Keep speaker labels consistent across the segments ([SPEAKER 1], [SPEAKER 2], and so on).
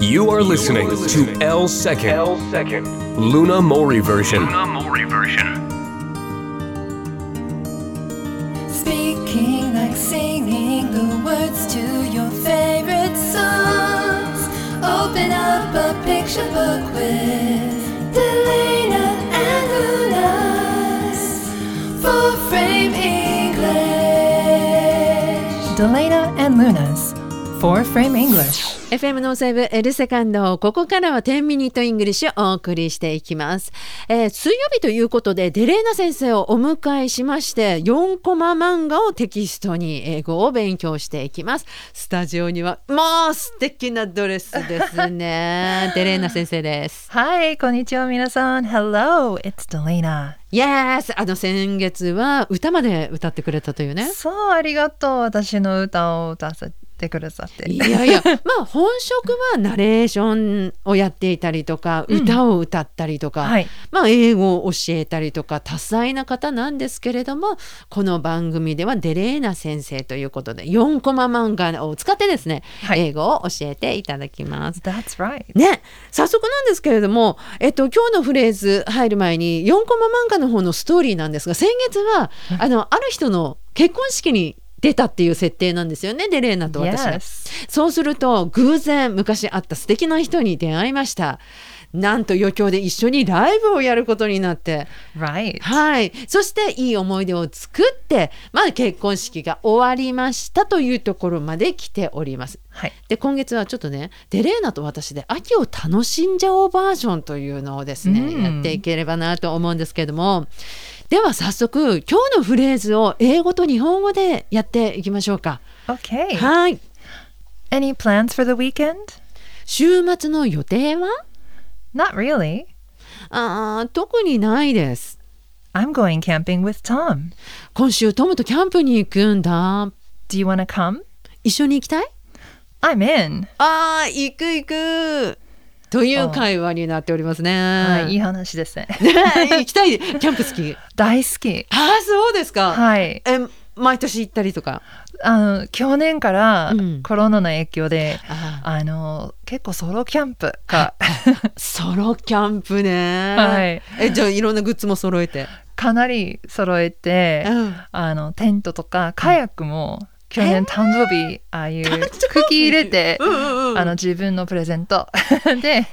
[SPEAKER 1] You are listening to L Second,
[SPEAKER 2] L second.
[SPEAKER 1] Luna Mori version.
[SPEAKER 2] Luna Mori version.
[SPEAKER 3] Speaking like singing the words to your favorite songs. Open up a picture book with Delana and Lunas for frame English. Delana and Lunas for frame English.
[SPEAKER 4] FM のセーブ L セカンドここからは10ミニットイングリッシュをお送りしていきます、えー水曜日ということでデレーナ先生をお迎えしまして4コマ漫画をテキストに英語を勉強していきますスタジオにはもう素敵なドレスですねデレーナ先生です
[SPEAKER 3] はい、こんにちは、皆さん。Hello, it's Delana.
[SPEAKER 4] Yes あの先月は歌まで歌ってくれたというね
[SPEAKER 3] そう、ありがとう。私の歌を歌わせてくださって。
[SPEAKER 4] いやいや まあ本職はナレーションをやっていたりとか歌を歌ったりとか、
[SPEAKER 3] はい。
[SPEAKER 4] まあ、英語を教えたりとか多彩な方なんですけれどもこの番組ではデレーナ先生ということで4コマ漫画を使ってですね、
[SPEAKER 3] はい
[SPEAKER 4] 英語を教えていただきます。
[SPEAKER 3] That's right.
[SPEAKER 4] ね、早速なんですけれども、えっと、今日のフレーズ入る前に4コマ漫画の方のストーリーなんですが先月はあのある人の結婚式に出たっていう設定なんですよねデレーナと私が。
[SPEAKER 3] Yes.
[SPEAKER 4] そうすると偶然昔会った素敵な人に出会いました。なんと余興で一緒にライブをやることになって、
[SPEAKER 3] Right.
[SPEAKER 4] はい、そしていい思い出を作って、まあ、結婚式が終わりましたというところまで来ております。
[SPEAKER 3] はい。
[SPEAKER 4] で今月はちょっとねデレーナと私で秋を楽しんじゃおうバージョンというのをですね、
[SPEAKER 3] うん
[SPEAKER 4] やっていければなと思うんですけれどもでは早速今日のフレーズを英語と日本語でやっていきましょうか。
[SPEAKER 3] Okay.
[SPEAKER 4] はい
[SPEAKER 3] Any plans for the weekend?
[SPEAKER 4] 週末の予定は
[SPEAKER 3] Not really.
[SPEAKER 4] あー特にないです。
[SPEAKER 3] I'm going camping with Tom.
[SPEAKER 4] 今週トムとキャンプに行くんだ。
[SPEAKER 3] Do you want to come?
[SPEAKER 4] 一緒に行きたい
[SPEAKER 3] I'm in.
[SPEAKER 4] ああ、行く行く。という会話になっておりますね。
[SPEAKER 3] はい、いい
[SPEAKER 4] ね
[SPEAKER 3] 話ですね。
[SPEAKER 4] 行きたい。キャンプ好き。
[SPEAKER 3] 大好き。
[SPEAKER 4] ああ、そうですか。
[SPEAKER 3] はい。
[SPEAKER 4] え、毎年行ったりとか。
[SPEAKER 3] あの、去年から
[SPEAKER 4] うん
[SPEAKER 3] コロナの影響で、
[SPEAKER 4] あ
[SPEAKER 3] あの、結構ソロキャンプが、
[SPEAKER 4] ーソロキャンプね。
[SPEAKER 3] はい。
[SPEAKER 4] え、じゃあいろんなグッズも揃えて。
[SPEAKER 3] かなり揃えて、
[SPEAKER 4] うん
[SPEAKER 3] あの、テントとか、カヤックも、去年誕生日、ああいう
[SPEAKER 4] 誕生日
[SPEAKER 3] 茎入れて、
[SPEAKER 4] うんうんうん。
[SPEAKER 3] あの、自分のプレゼン ト。で、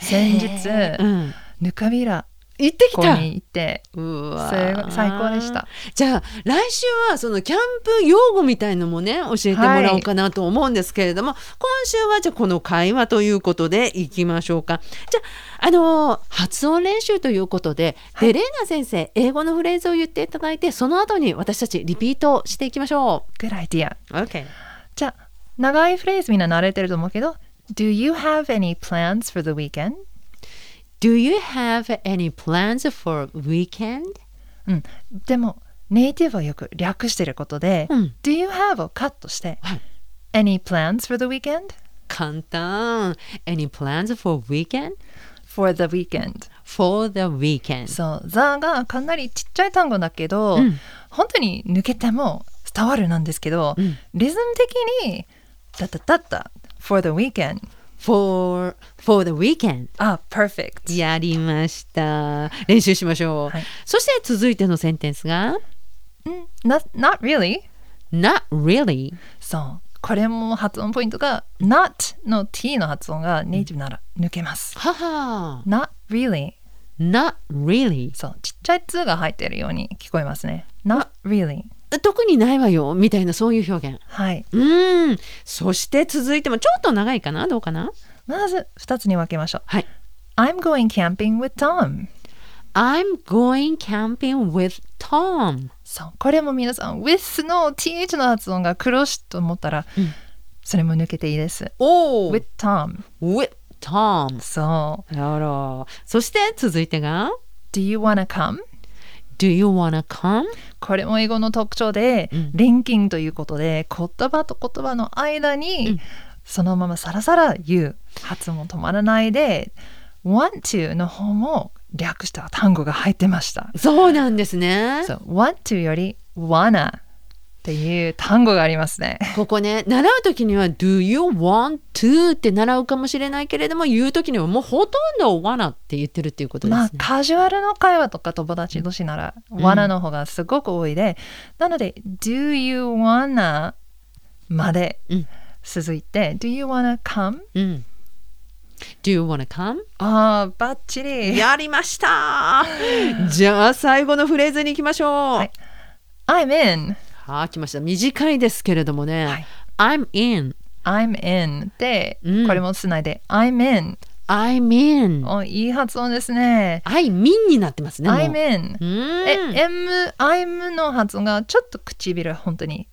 [SPEAKER 3] 先日、
[SPEAKER 4] うん。
[SPEAKER 3] ぬかびら
[SPEAKER 4] 行ってき
[SPEAKER 3] 湖
[SPEAKER 4] た。
[SPEAKER 3] に行って、
[SPEAKER 4] う
[SPEAKER 3] そ
[SPEAKER 4] わ
[SPEAKER 3] れ
[SPEAKER 4] ー
[SPEAKER 3] 最高でした。
[SPEAKER 4] じゃあ来週はそのキャンプ用語みたいのもね教えてもらおうかなと思うんですけれども、今週はじゃあこの会話ということでいきましょうかじゃああのー発音練習ということで、デレーナ先生英語のフレーズを言っていただいてその後に私たちリピートしていきましょ
[SPEAKER 3] Good idea.
[SPEAKER 4] う OK
[SPEAKER 3] じゃあ、長いフレーズみんな慣れてると思うけど、Do you have any plans for the weekend?
[SPEAKER 4] Do you have any plans for weekend?
[SPEAKER 3] うん、でもネイティブはよく略してることで、
[SPEAKER 4] うん
[SPEAKER 3] Do you have をカットして、
[SPEAKER 4] はい
[SPEAKER 3] Any plans for the weekend?
[SPEAKER 4] 簡単 Any plans for weekend?
[SPEAKER 3] For the weekend
[SPEAKER 4] For the weekend
[SPEAKER 3] そう「ザ」がかなりちっちゃい単語だけど、
[SPEAKER 4] うん
[SPEAKER 3] 本当に抜けても伝わるなんですけど、
[SPEAKER 4] うん
[SPEAKER 3] リズム的に「だっただった」For the weekend
[SPEAKER 4] For, for the weekend
[SPEAKER 3] あ perfect
[SPEAKER 4] やりました。練習しましょう。
[SPEAKER 3] はい
[SPEAKER 4] そして続いてのセンテンスが、
[SPEAKER 3] うん not, not really
[SPEAKER 4] not really。
[SPEAKER 3] そうこれも発音ポイントが「not」の T の発音がネイティブなら抜けます、
[SPEAKER 4] はは。
[SPEAKER 3] not really
[SPEAKER 4] not really。
[SPEAKER 3] そう、ちっちゃい「つ」が入ってるように聞こえますね。Not really.
[SPEAKER 4] 特にないわよ、みたいなそういう表現。
[SPEAKER 3] はい。
[SPEAKER 4] うん。そして続いても、ちょっと長いかなどうかな
[SPEAKER 3] まず2つに分けましょう。
[SPEAKER 4] はい。
[SPEAKER 3] I'm going camping with Tom.
[SPEAKER 4] I'm going camping with Tom。
[SPEAKER 3] そう、これも皆さん、with の th の発音が黒しと思ったら、
[SPEAKER 4] うん
[SPEAKER 3] それも抜けていいです。
[SPEAKER 4] お
[SPEAKER 3] with Tom.
[SPEAKER 4] with Tom。
[SPEAKER 3] そう。
[SPEAKER 4] あら。そして続いてが、
[SPEAKER 3] Do you wanna come?
[SPEAKER 4] do you wanna come?
[SPEAKER 3] これも英語の特徴で、
[SPEAKER 4] うん
[SPEAKER 3] リンキングということで、言葉と言葉の間に、
[SPEAKER 4] うん
[SPEAKER 3] そのままさらさら言う。発音止まらないで、want to の方も略した単語が入ってました。
[SPEAKER 4] そうなんですね。
[SPEAKER 3] そう、want to より wanna。っていう単語がありますね。
[SPEAKER 4] ここね習う時には「Do you want to?」って習うかもしれないけれども言う時にはもうほとんど「wanna」って言ってるっていうことです
[SPEAKER 3] ま
[SPEAKER 4] ね
[SPEAKER 3] あ。カジュアルの会話とか友達同士なら、wanna の方がすごく多いで、なので Do you wanna まで
[SPEAKER 4] うん
[SPEAKER 3] 続いて、Do you wanna come?
[SPEAKER 4] うん。Do you wanna come?
[SPEAKER 3] ああバッチリ。
[SPEAKER 4] やり ましたじゃあ最後のフレーズに行きましょう。は
[SPEAKER 3] はいい、I'm in
[SPEAKER 4] 来ました。短いですけれどもね。
[SPEAKER 3] はい
[SPEAKER 4] I'm in,
[SPEAKER 3] I'm in で、
[SPEAKER 4] うん
[SPEAKER 3] これもつないで I'm in
[SPEAKER 4] I'm in,
[SPEAKER 3] おいい発音ですね。
[SPEAKER 4] I'm in になってますね。もう
[SPEAKER 3] I'm in
[SPEAKER 4] う
[SPEAKER 3] え、
[SPEAKER 4] ん
[SPEAKER 3] M、I'm の発音がちょっと唇本当に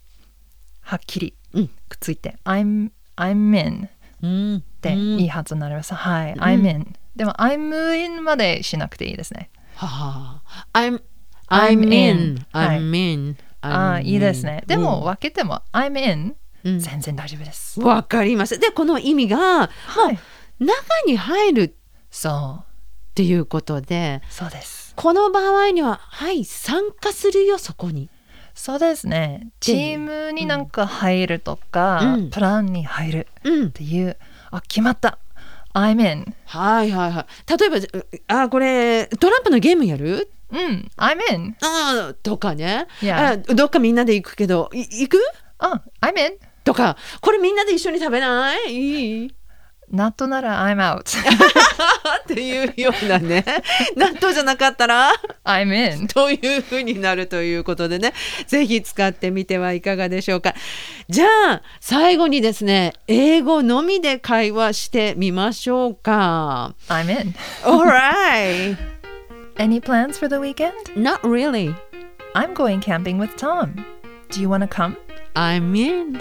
[SPEAKER 3] はっきり
[SPEAKER 4] うん
[SPEAKER 3] くっついて、I'm, I'm in っ
[SPEAKER 4] うん。
[SPEAKER 3] て
[SPEAKER 4] うん
[SPEAKER 3] いい発音になります。はい、I'm in。でも I'm in までしなくていいですね。
[SPEAKER 4] はあ。I'm I'm in, I'm in.
[SPEAKER 3] ああ、
[SPEAKER 4] I'm
[SPEAKER 3] いいですね。
[SPEAKER 4] in
[SPEAKER 3] で
[SPEAKER 4] う
[SPEAKER 3] も
[SPEAKER 4] ん
[SPEAKER 3] 分けても I'm in
[SPEAKER 4] うん
[SPEAKER 3] 全然大丈夫です。
[SPEAKER 4] わかりました。で、この意味が、
[SPEAKER 3] は
[SPEAKER 4] も
[SPEAKER 3] い。
[SPEAKER 4] う中に入る
[SPEAKER 3] そ
[SPEAKER 4] っていうことで、
[SPEAKER 3] う、そうです。
[SPEAKER 4] この場合には、はい、参加するよ、そこに。
[SPEAKER 3] そうですね。チームになんか入ると
[SPEAKER 4] う
[SPEAKER 3] か、
[SPEAKER 4] ん
[SPEAKER 3] プランに入る
[SPEAKER 4] うん
[SPEAKER 3] っ。ていう、あ、決まった。I'm in。
[SPEAKER 4] はいはいはい。例えば、うあ、これ、トランプのゲームやる
[SPEAKER 3] うん、I'm in。
[SPEAKER 4] あーとかね。あ
[SPEAKER 3] Yeah.
[SPEAKER 4] どっかみんなで行くけど、い行く
[SPEAKER 3] あ、I'm in。
[SPEAKER 4] とか、これみんなで一緒に食べないいい
[SPEAKER 3] ナットなら I'm out.
[SPEAKER 4] っていうようなね。納豆じゃなかったら
[SPEAKER 3] I'm in.
[SPEAKER 4] というふうになるということでね、ぜひ使ってみてはいかがでしょうか。じゃあ、最後にですね、英語のみで会話してみましょうか。
[SPEAKER 3] I'm in.
[SPEAKER 4] Alright!
[SPEAKER 3] Any plans for the weekend?
[SPEAKER 4] Not really.
[SPEAKER 3] I'm going camping with Tom. Do you want to come?
[SPEAKER 4] I'm in.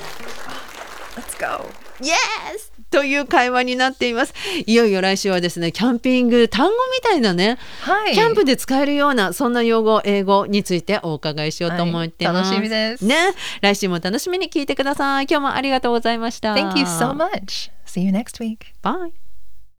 [SPEAKER 3] Let's go.
[SPEAKER 4] Yes! という会話になっています。いよいよ来週はですね、キャンピング、単語みたいなね、
[SPEAKER 3] はい。
[SPEAKER 4] キャンプで使えるような、そんな用語、英語についてお伺いしようと思ってま
[SPEAKER 3] は
[SPEAKER 4] す。
[SPEAKER 3] い楽しみです
[SPEAKER 4] ね。来週も楽しみに聞いてください。今日もありがとうございました。
[SPEAKER 3] Thank you so much. See you next week.
[SPEAKER 4] Bye.